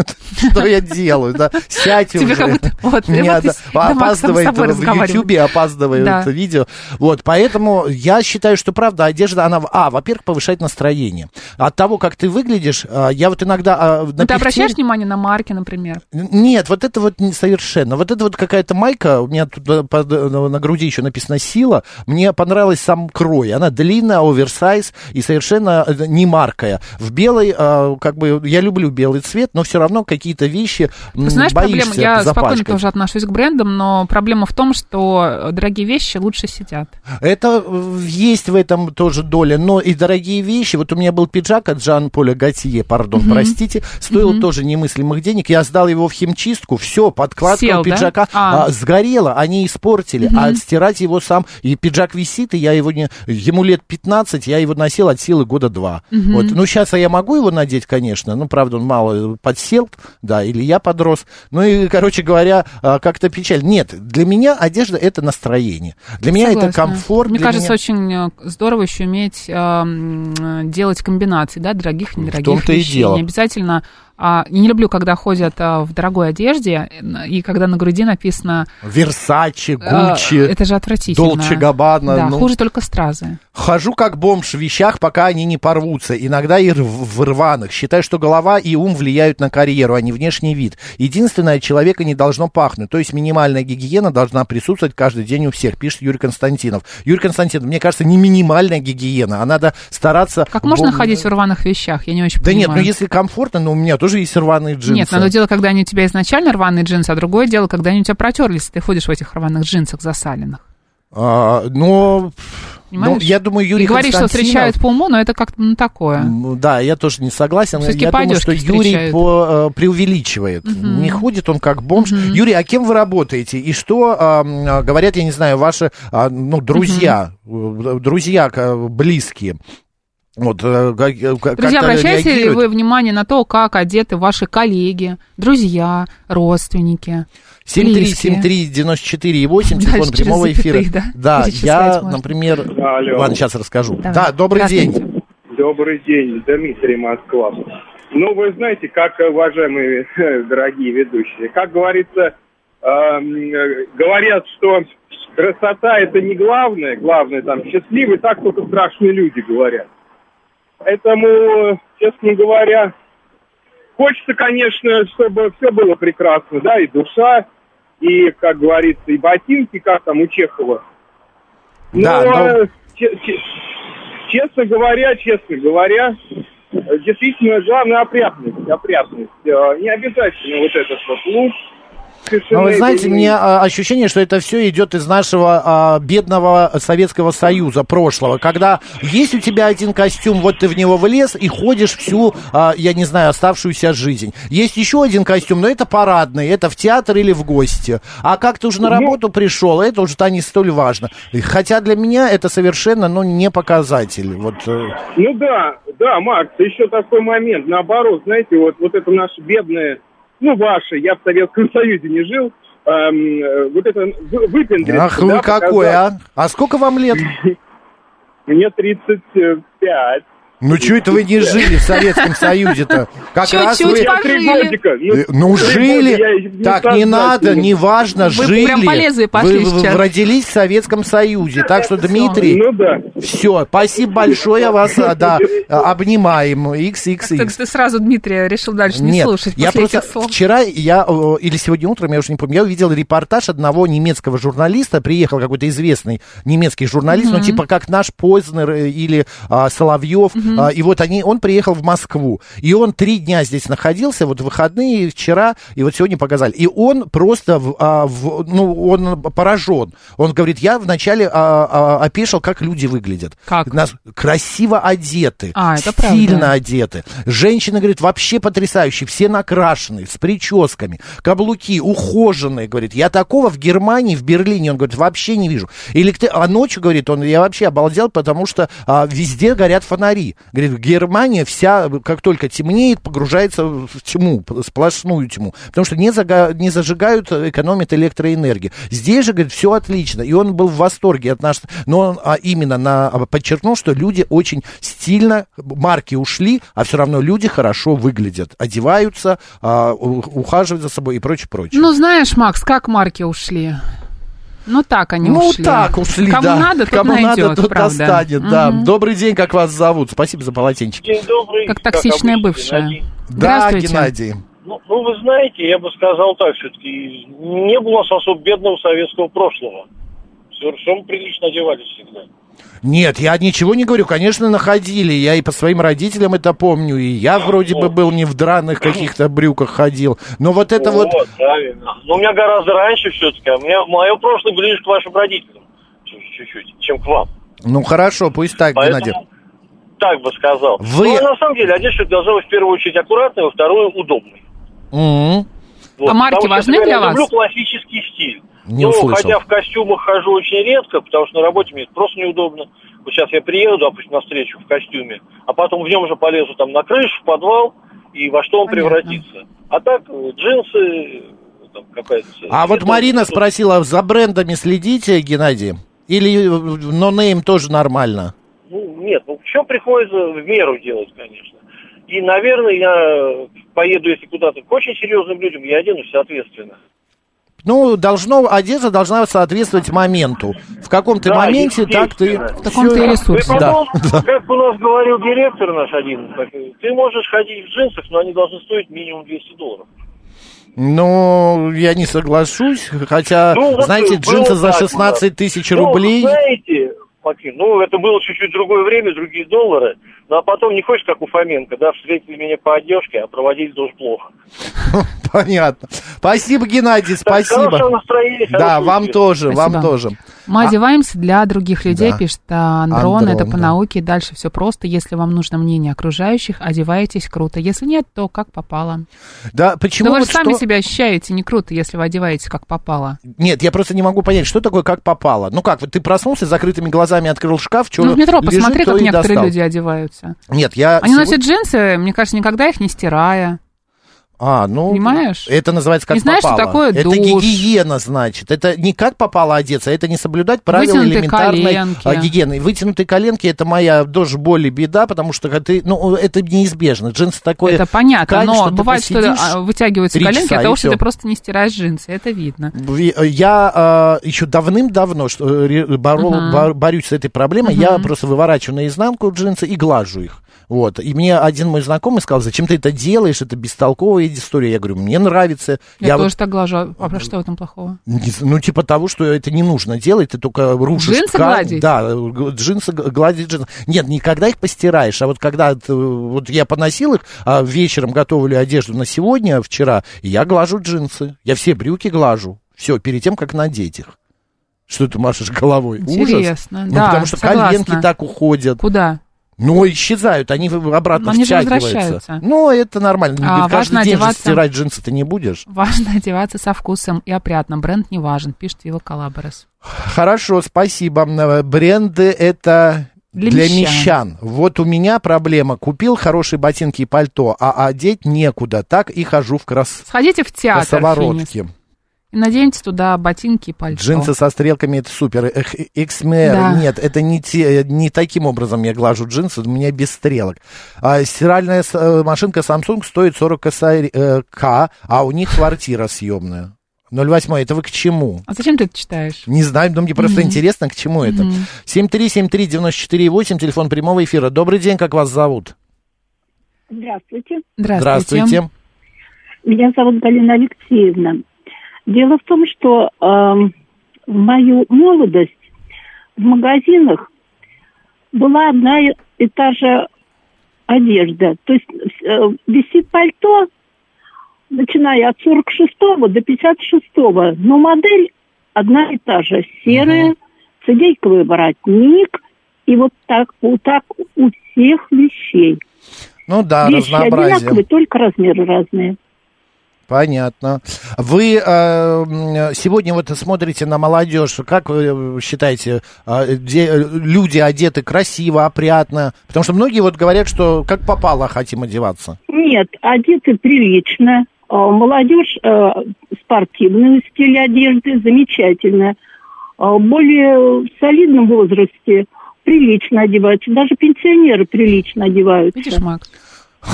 Что я делаю? да? Сядь
Тебе
уже.
как будто- вот, и
Меня
вот ты
да-
с- да, Макс сам с
Опаздывает
собой
в
разговаривает.
Ютьюбе, опаздывает
Да.
это видео. Вот, поэтому я считаю, что правда, одежда, она... А, во-первых, повышает настроение. От того, как ты выглядишь, а, я вот иногда... а,
Ну,
на
ты
пихте-
обращаешь внимание на марки, например?
нет, вот это вот не совершенно. Вот это вот какая-то майка, у меня тут э, под- э, на груди еще написано «Сила». Мне понравилась сам крой. Она длинная, оверсайз и совершенно э, не марка. яркое. В белой, э, как бы, я люблю белый цвет, но все равно какие-то вещи м,
Ты знаешь,
боишься
проблема, я спокойно
запачкать.
тоже отношусь к брендам, но проблема в том, что э, дорогие вещи лучше сидят.
Это э, есть в этом тоже доля, но и дорогие вещи. Вот у меня был пиджак от Жан Поля Готье, пардон,
Мгм.
простите, стоил тоже немыслимых денег. Я сдал его в химчистку, все, подкладка
Сел,
у
да?
пиджака
А.
а, сгорела, они испортили, а стирать его сам. И пиджак висит, и я его не... Ему лет 15, я его носил от силы года два.
Мгм.
Вот. Ну, сейчас я могу его надеть, конечно, ну, правда, он мало подсел, да, или я подрос. Ну, и, короче говоря, а, как-то печаль. Нет, для меня одежда – это настроение. Для меня это
Согласна.
комфорт.
Мне
для
кажется,
меня-
очень э, здорово еще уметь э, м, делать комбинации, да, дорогих, недорогих
том-то и
вещей.
дело.
Не обязательно. а, не люблю, когда ходят а, в дорогой одежде э, и когда на груди написано
Версачи,
э,
Гуччи,
это же отвратительно.
Dolce Gabbana,
Да,
ну.
хуже только стразы.
Хожу как бомж в вещах, пока они не порвутся. Иногда и рв- в рваных. Считаю, что голова и ум влияют на карьеру, а не внешний вид. Единственное, от человека не должно пахнуть. То есть минимальная гигиена должна присутствовать каждый день у всех, пишет Юрий Константинов. Юрий Константинов, мне кажется, не минимальная гигиена, а надо стараться...
Как можно
бом-
ходить в рваных вещах? Я не очень
Да
понимаю.
нет, ну если комфортно, но у меня тоже есть рваные джинсы.
Нет, одно дело, когда они у тебя изначально рваные джинсы, а другое дело, когда они у тебя протерлись, и ты ходишь в этих рваных джинсах засаленных.
А, но...
Понимаешь?
ну, я думаю, Юрий
и говоришь, что
Константинов...
встречают по уму, но это как-то ну, такое.
М, Да, я тоже не согласен.
Всё-таки
я
по
думаю, что
одежке
Юрий
встречают.
по, э, преувеличивает.
Мгм.
Не ходит он как бомж. Юрий, а кем вы работаете? И что ам, а, говорят, я не знаю, ваши а, ну, друзья, э, друзья э, близкие? Вот, э, как- э, как-
Друзья,
как-то
обращаете ли
реагируют?
вы внимание на то, как одеты ваши коллеги, друзья, родственники?
7373948, телефон
Дальше через
прямого эфира.
запятые, да?
я,
Перечислять можно.
например...
Да, алло.
Ладно, сейчас расскажу.
Давай.
Да, добрый
Здравствуйте.
день.
Добрый день, Дмитрий Москва. Ну, вы знаете, как, э, уважаемые э, дорогие ведущие, как говорится, эм, э, говорят, что красота это не главное, главное там счастливый, так только страшные люди говорят. Поэтому, э, честно говоря, хочется, конечно, чтобы все было прекрасно, да, и душа, и, как говорится, и ботинки, как там у Чехова.
Да,
Ну,
но-
э, че- че- честно говоря, честно говоря, э, действительно, главное опрятность, опрятность. Э, Не обязательно вот этот вот лук.
Но вы
Совершенно
знаете,
это не-
мне а, ощущение, что это все идет из нашего а, бедного Советского Союза прошлого, когда есть у тебя один костюм, вот ты в него влез и ходишь всю, а, я не знаю, оставшуюся жизнь. Есть еще один костюм, но это парадный, это в театр или в гости. А как ты уже на работу пришел, это уже-то не столь важно. И Хотя для меня это совершенно, ну, не показатель. Вот, э,
Ну да, да, Макс, еще такой момент. Наоборот, знаете, вот, вот это наше бедное, ну ваше, я в Советском Союзе не жил, эм, э, вот это вы- выпендриться.
Ах, вы
да,
какой, а?
показать.
А сколько вам лет?
Мне 35.
Ну, что это вы не жили в Советском Союзе-то? Как раз
Чуть-чуть
вы...
Я три
пожили.
годика.
Э, Ну,
три года я и
жили.
не
Так не
сознательный.
надо, неважно,
Вы
жили.
прям по лезвию пошли
Вы- вы-
сейчас.
Вы родились в Советском Союзе. Так что, Дмитрий,
Ну да.
все, спасибо большое, вас а,
(laughs)
да, а, обнимаем.
Ты,
XXX.
ты сразу Дмитрия решил дальше не
Нет,
слушать
я
после
просто
этих слов.
вчера я э, или сегодня утром, я уже не помню, я увидел репортаж одного немецкого журналиста, приехал какой-то известный немецкий журналист, ну
Мгм.
типа как наш Познер э, или а, Соловьев,
Мгм.
А, и вот они, он приехал в Москву, и он три дня здесь находился, вот в выходные вчера и вот сегодня показали, и он просто, в- а, в- ну он поражен, он говорит, я вначале а, а, опешил, как люди выглядят,
как
нас красиво одеты,
А, это правда.
стильно одеты. Женщины, говорит, вообще потрясающие, все накрашены, с прическами, каблуки ухоженные, говорит. Я такого в Германии, в Берлине, он говорит, вообще не вижу. Электри... А ночью, говорит, он, я вообще обалдел, потому что а, везде горят фонари. Говорит, Германия вся, как только темнеет, погружается в тьму, сплошную тьму, потому что не, зага- не зажигают, э, экономят электроэнергию. Здесь же, говорит, все отлично, и он был в восторге от нашего, но он а, именно на... подчеркнул, что люди очень стильно, марки ушли, а все равно люди хорошо выглядят, одеваются, а, у- ухаживают за собой и прочее, прочее.
Ну, знаешь, Макс, как марки ушли? Ну, так они
ну,
ушли.
так ушли,
Кому
да.
надо, тот
Кому
найдет,
надо, тот
правда.
достанет, да.
Мгм.
Добрый день, как вас зовут? Спасибо за полотенчик.
День добрый.
Как токсичная
обычно,
бывшая.
Геннадий.
Да,
Здравствуйте.
Геннадий.
Ну, ну, вы знаете, я бы сказал так все-таки, не было у нас особо бедного советского прошлого. Совершенно прилично одевались всегда.
Нет, я ничего не говорю. Конечно, находили. Я и по своим родителям это помню. И я вроде бы был не в драных каких-то брюках ходил. Но вот это вот...
правильно. Но у меня гораздо раньше все-таки. У меня мое прошлое ближе к вашим родителям чуть- чуть-чуть, чем к вам.
Ну хорошо, пусть так, Геннадий.
Так бы сказал.
Вы-
Ну, а на самом деле, одежда должна быть в первую очередь аккуратной, во вторую удобной.
Мгм.
Вот.
А марки
Потому что,
важны
например,
для
Я люблю
вас?
классический стиль.
Не
ну,
услышал.
хотя в костюмах хожу очень редко, потому что на работе мне это просто неудобно. Вот сейчас я приеду, допустим, на встречу в костюме, а потом в нем же полезу там на крышу, в подвал, и во что он превратится. А так, э, джинсы, э, там какая-то...
А вот
это-
Марина
это-
спросила, за брендами следите, Геннадий? Или э, нонейм тоже нормально?
Ну, нет, ну, все приходится в меру делать, конечно. И, наверное, я поеду, если куда-то, к очень серьезным людям, я оденусь соответственно.
Ну, должно, одежда должна соответствовать моменту. В каком ты
Да,
моменте, так ты...
естественно.
В
таком ты и ресурсе.
Ты
Да.
потом, как у нас говорил директор наш один, так, ты можешь ходить в джинсах, но они должны стоить минимум 200 долларов.
Ну, я не соглашусь, хотя,
Ну, вот
знаете,
было
джинсы за
так у нас.
16 тысяч
Ну,
рублей...
знаете, Максим, ну, это было чуть-чуть другое время, другие доллары. Ну, а потом не хочешь, как у Фоменко, да, встретили меня по одежке, а проводили тоже плохо.
(laughs) Понятно. Спасибо, Геннадий,
хорошего
спасибо.
настроения,
Да,
хорошего
вам
эфира.
тоже, вам
Спасибо.
тоже.
Мы одеваемся для других людей,
А? Да.
пишет а, Андрон.
Андрон,
Это по
да.
науке. Дальше все просто. Если вам нужно мнение окружающих, одеваетесь круто. Если нет, то как попало.
Да, почему
да Ну, вы
вот
же сами
что-
себя ощущаете не круто, если вы одеваетесь как попало.
Нет, я просто не могу понять, что такое как попало. Ну как, вот ты проснулся, с закрытыми глазами открыл шкаф, что
ну, в метро
лежит,
посмотри,
то
как
и
некоторые
достал.
люди одеваются.
Нет, я...
Они
сегодня-
носят джинсы, мне кажется, никогда их не стирая.
А, ну...
Понимаешь?
Это называется как
Не знаешь, что
попало.
такое
это
душ.
гигиена, значит. Это не как попало одеться, это не соблюдать правила
Вытянутые
элементарной
коленки.
а, гигиены. Вытянутые коленки это моя дождь боль и беда, потому что когда ты, ну, это неизбежно. Джинсы такое.
это понятно,
ткань,
но
что ты
бывает, что
посидишь
а, вытягиваются
три
коленки
часа,
от
и
того, что
всё.
ты просто не стираешь джинсы. Это видно.
Ви- э, Я еще давным-давно что, э, ре- боро-
Мгм.
бор- борюсь с этой проблемой. Я просто выворачиваю наизнанку джинсы и глажу их. Вот. И мне один мой знакомый сказал, зачем ты это делаешь, это бестолковая история. Я говорю, мне нравится.
Я,
Я вот-
тоже так глажу. А про что в этом плохого?
не з- Ну, типа того, что это не нужно делать, ты только рушишь
Джинсы
ткань.
гладить?
Да, г- джинсы г- гладить джинсы. Нет, никогда их постираешь, а вот когда т- вот я поносил их, а вечером готовлю одежду на сегодня, вчера, и я глажу джинсы. Я все брюки глажу. Все, перед тем, как надеть их. Что ты машешь головой? Ужас.
Интересно,
Ну,
да,
потому что
согласна.
коленки так уходят.
Куда?
Ну, исчезают, они в- обратно
Они же
втягиваются.
возвращаются.
Ну, это нормально.
А,
Ведь каждый
важно
день же
одеваться-
стирать джинсы ты не будешь.
Важно (laughs) одеваться со вкусом и опрятно. Бренд не важен, пишет Вилла Калабрес.
Хорошо, спасибо. М, Бренды это
Для
для,
мещан.
мещан. Вот у меня проблема. Купил хорошие ботинки и пальто, а одеть некуда. Так и хожу в крас...
Сходите в театр, Финис,
красоворотке.
и наденьте туда ботинки и пальто.
Джинсы со стрелками это супер. Эх, Эксмер,
Да.
нет, это не, те, не таким образом я глажу джинсы, у меня без стрелок. А, стиральная с- э, машинка Samsung стоит 40 косарь- э, к, а у них квартира съемная. 0,8, это вы к чему?
А зачем ты это читаешь?
Не знаю, но мне просто интересно, к чему это. 7373948, телефон прямого эфира. Добрый день, как вас зовут?
Здравствуйте.
Здравствуйте.
Меня зовут Галина Алексеевна. Дело в том, что эм, в мою молодость в магазинах была одна и и та же одежда. То есть э, висит пальто, начиная от 46 до 56, но модель одна и та же. Серая, цедейковый воротник, и вот так, вот так у всех вещей.
Ну да,
Вещи одинаковые,
разнообразие.
только размеры разные.
Понятно. Вы э, м, сегодня вот смотрите на молодежь. Как вы считаете, э, де- э, люди одеты красиво, опрятно? Потому что многие вот говорят, что как попало а хотим одеваться. (laughs)
Нет, одеты прилично. А, Молодежь э, спортивный стиль одежды, замечательно. А, Более в солидном возрасте прилично одеваются. Даже пенсионеры прилично одеваются.
Видишь, Макс?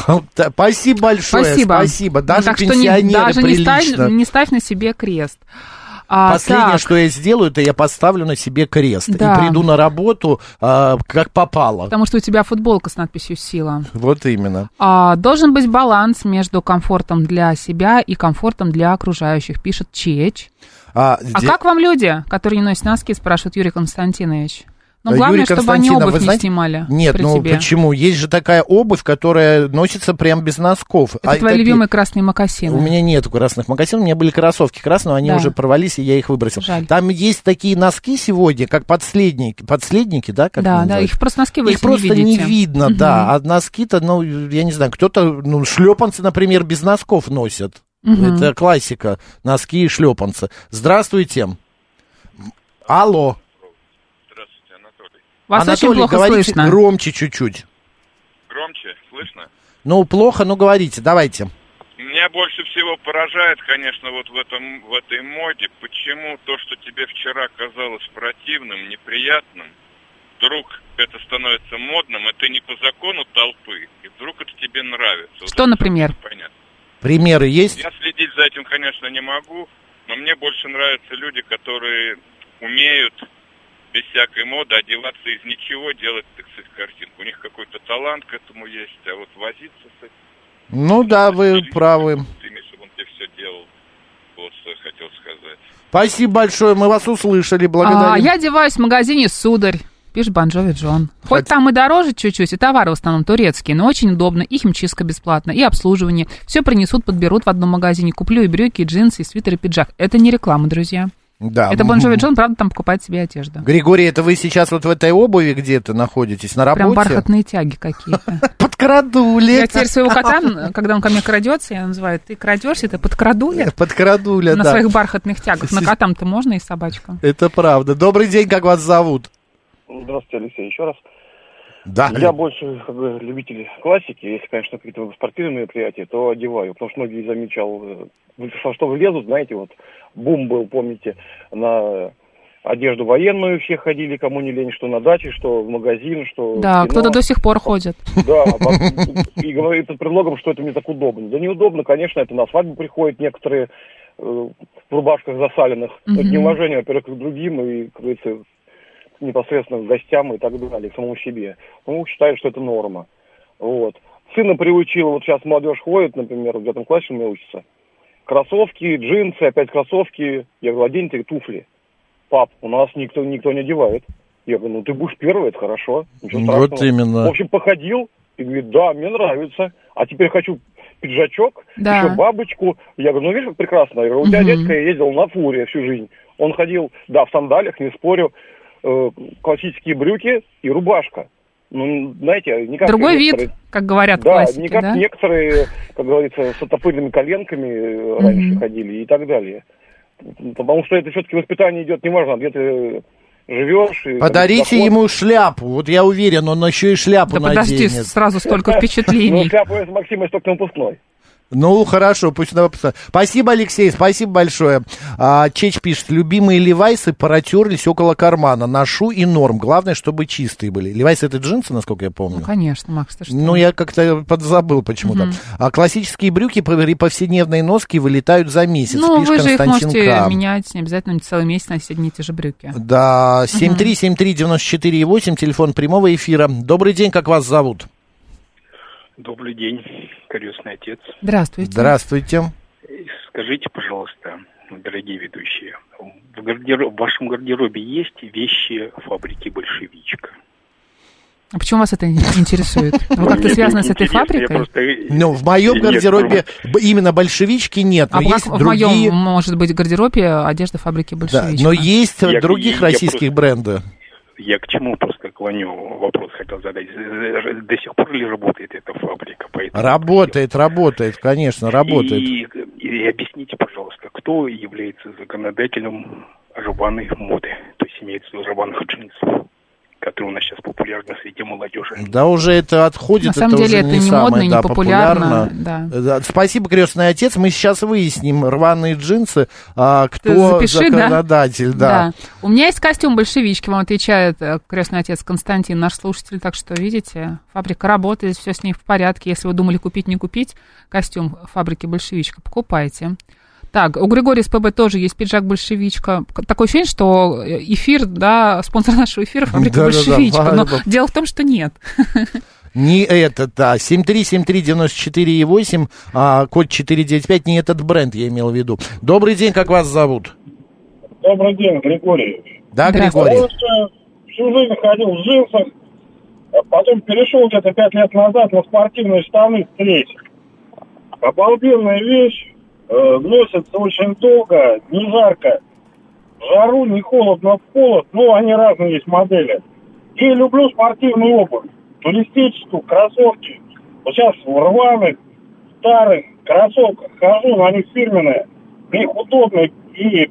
Да, э, Спасибо большое.
Спасибо.
Спасибо.
Ну,
Даже
так что не-
пенсионеры
даже не
прилично.
ставь, не ставь на себе крест. А,
Последнее,
так,
что я сделаю, это я поставлю на себе крест
Да.
и приду на работу а, как попало.
Потому что у тебя футболка с надписью «Сила».
Вот именно.
А, должен быть баланс между комфортом для себя и комфортом для окружающих, пишет Чеч.
А,
А
де-
как вам люди, которые не носят носки, спрашивает Юрий Константинович? Но главное,
Э, Юрий
чтобы они
Константинов,
обувь
вы
не
знаете-
снимали
Нет,
при
ну
тебе.
почему? Есть же такая обувь, которая носится прям без носков.
Это твои
такие-
любимые красные мокасины.
А У меня нет красных магазинов, у меня были кроссовки красные, но они
Да.
уже порвались, и я их выбросил. Там есть такие носки сегодня, как подследники, подследники, да? Как
Да,
они
да,
называются?
их просто носки вы
Их
эти не
просто не,
видите.
видно,
Мгм.
да. А носки-то, ну, я не знаю, кто-то, ну, шлепанцы, например, без носков носят.
Мгм.
Это классика, носки и шлепанцы. Здравствуйте. Алло.
Вас
Анатолий,
очень плохо
говорите
слышно.
громче чуть-чуть.
Громче, слышно?
Ну, плохо, но говорите, давайте.
Меня больше всего поражает, конечно, вот в этом в этой моде, почему то, что тебе вчера казалось противным, неприятным, вдруг это становится модным, и ты не по закону толпы, и вдруг это тебе нравится. Вот
Что,
это
например?
Понятно.
Примеры есть?
Я следить за этим, конечно, не могу, но мне больше нравятся люди, которые умеют без всякой моды одеваться из ничего, делать, так сказать, картинку. У них какой-то талант к этому есть, а вот возиться с этим
Ну да, вы правы.
ими, чтобы он тебе все делал. Вот что я хотел сказать.
Спасибо большое, мы вас услышали, благодарим.
А, я одеваюсь в магазине «Сударь», пишет Бонжови Джон. Хоть там и дороже чуть-чуть, и товары в основном турецкие, но очень удобно, и химчистка бесплатно, и обслуживание. Все принесут, подберут в одном магазине. Куплю и брюки, и джинсы, и свитер, и пиджак. Это не реклама, друзья.
Да.
Это
(laughs)
Бонжови Джон, правда, там покупает себе одежду.
Григорий, это вы сейчас вот в этой обуви где-то находитесь, на работе?
Прям бархатные тяги какие-то.
(laughs) Подкрадули.
Я теперь
(laughs)
своего кота, м, когда он ко мне крадется, я называю, ты крадешься, ты подкрадули.
Подкрадуля,
На
да.
своих бархатных тягах. На котам-то можно и собачкам.
Это правда. Добрый день, как вас зовут?
Здравствуйте, Алексей, еще раз.
Да.
Я больше как бы, любитель классики. Если, конечно, какие-то спортивные мероприятия, то одеваю. Потому что многие замечал, э, во что влезут, знаете, вот бум был, помните, на одежду военную все ходили, кому не лень, что на даче, что в магазин, что... в
Да,
кино.
кто-то до сих пор ходит.
Да, во- и говорит под предлогом, что это мне так удобно. Да неудобно, конечно, это на свадьбу приходят некоторые э, в рубашках засаленных.
Мгм.
Это неуважение, во-первых, к другим и, как говорится, непосредственно к гостям и так далее, к самому себе. Ну, считаю, что это норма. Вот. Сына приучил, вот сейчас молодежь ходит, например, в девятом классе у меня учится. Кроссовки, джинсы, опять кроссовки. Я говорю, оденьте туфли. Пап, у нас никто, никто не одевает. Я говорю, ну ты будешь первый, это хорошо. Ничего
Вот
страшного».
именно.
В общем, походил и говорит, да, мне нравится. А теперь хочу пиджачок,
Да.
еще бабочку. Я говорю, ну видишь, как прекрасно. Я говорю, у тебя
Мгм.
дядька ездил на фуре всю жизнь. Он ходил, да, в сандалях, не спорю, э, классические брюки и рубашка. Ну, знаете, не как
Другой
некоторые-
вид, как говорят
да,
классики,
не как
да?
некоторые, как говорится, с отопыренными коленками э, раньше ходили и так далее. Потому что это все-таки воспитание идет, неважно, где ты живешь. и-
Подарите ему шляпу. Вот я уверен, он еще и шляпу
Да подожди,
наденет.
сразу столько впечатлений.
(laughs)
Ну, шляпу я с Максимой только на выпускной.
Ну, хорошо, пусть на выпускной. Спасибо, Алексей, спасибо большое. А, Чеч пишет, любимые левайсы протерлись около кармана. Ношу и норм. Главное, чтобы чистые были. Левайсы это джинсы, насколько я помню.
Ну, конечно, Макс, ты что?
Ну, я как-то подзабыл почему-то.
Мгм.
А классические брюки при повседневной носке вылетают за месяц.
Ну,
пишет
вы же их
Константин
можете
К.
менять, не обязательно целый месяц носить одни и те же брюки.
Да, 7373948, телефон прямого эфира. Добрый день, как вас зовут?
Добрый день, крестный отец.
Здравствуйте.
Здравствуйте.
Скажите, пожалуйста, дорогие ведущие, в, гардеро- в вашем гардеробе есть вещи фабрики «Большевичка»?
А почему вас это ин- (laughs) интересует? Вы как-то
Мне
связаны с этой
интересно, я
фабрикой?
просто, э,
Ну, в моем
Нет,
гардеробе б- именно большевички нет, но
А в как-
есть
в
другие...
моем, может быть, гардеробе одежда фабрики
Да,
большевичка?
но есть
Я-
других
я
российских
просто-
брендов.
Я к чему просто клоню вопрос, хотел задать. Э, До сих пор ли работает эта фабрика? Поэтому...
Работает, работает, конечно, работает.
И, и объясните, пожалуйста, кто является законодателем рваной моды, то есть имеется в виду рваных джинсов, которые у нас сейчас популярны среди молодежи.
Да уже это отходит,
На самом
это
деле
уже
это
не
не
самое,
модно, не
да,
популярно,
Да, Спасибо, крестный отец. Мы сейчас выясним рваные джинсы, а,
Ты
кто
запиши, да?
законодатель, да.
У меня есть костюм большевички, вам отвечает э, крестный отец Константин, наш слушатель. Так что, видите, фабрика работает, все с ней в порядке. Если вы думали купить, не купить костюм фабрики большевичка, покупайте. Так, у Григория СПБ тоже есть пиджак большевичка. К- Такое ощущение, что э, эфир, да, спонсор нашего
(laughs)
эфира фабрика
Да-да-да,
большевичка. Но
вайбов.
дело в том, что нет.
Не этот, а да, 7373948, а, код 495, не этот бренд я имел в виду. Добрый день, как вас зовут?
Добрый день, Григорий.
Да, Григорий?
Полностью э, всю жизнь ходил в джинсах, а потом перешел где-то пять лет назад на спортивные штаны с тресик. Обалденная вещь, э, носится очень долго, не жарко, в жару, не холодно, в холод, ну, они разные есть модели. И люблю спортивную обувь, туристическую, кроссовки. Вот сейчас в рваных, старых кроссовках хожу, но они фирменные, мне их удобно и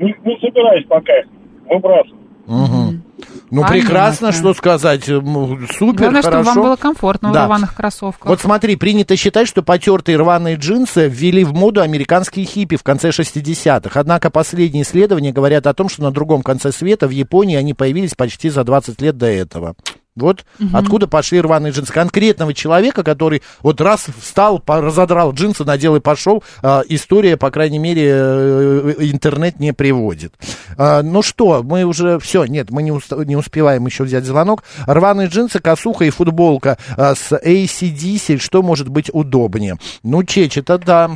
не, не собираюсь пока их выбрасывать.
Мгм. Ну,
Понятно.
прекрасно, что сказать. М, Супер,
Главное, чтобы
хорошо.
вам было комфортно
Да.
в рваных кроссовках.
Вот смотри, принято считать, что потертые рваные джинсы ввели в моду американские хиппи в конце 60-х. Однако последние исследования говорят о том, что на другом конце света в Японии они появились почти за 20 лет до этого. Вот
Мгм.
откуда пошли рваные джинсы. Конкретного человека, который вот раз встал, по- разодрал джинсы, надел и пошел, а, история, по крайней мере, э, интернет не приводит. А, Ну что, мы уже все, нет, мы не, уста- не успеваем еще взять звонок. Рваные джинсы, косуха и футболка а, с ACDC, что может быть удобнее? Ну, чечь, это да.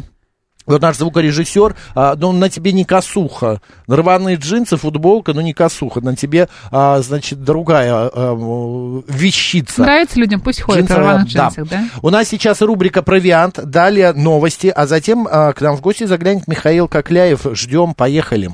Вот наш звукорежиссер, а, ну, на тебе не косуха. Рваные джинсы, футболка, ну, не косуха. На тебе, а, значит, другая а, м, вещица.
Нравится людям, пусть ходят в
Джинсы,
рваных
да.
джинсах, да?
У нас сейчас рубрика «Провиант», далее новости, а затем а, к нам в гости заглянет Михаил Кокляев. Ждем, поехали.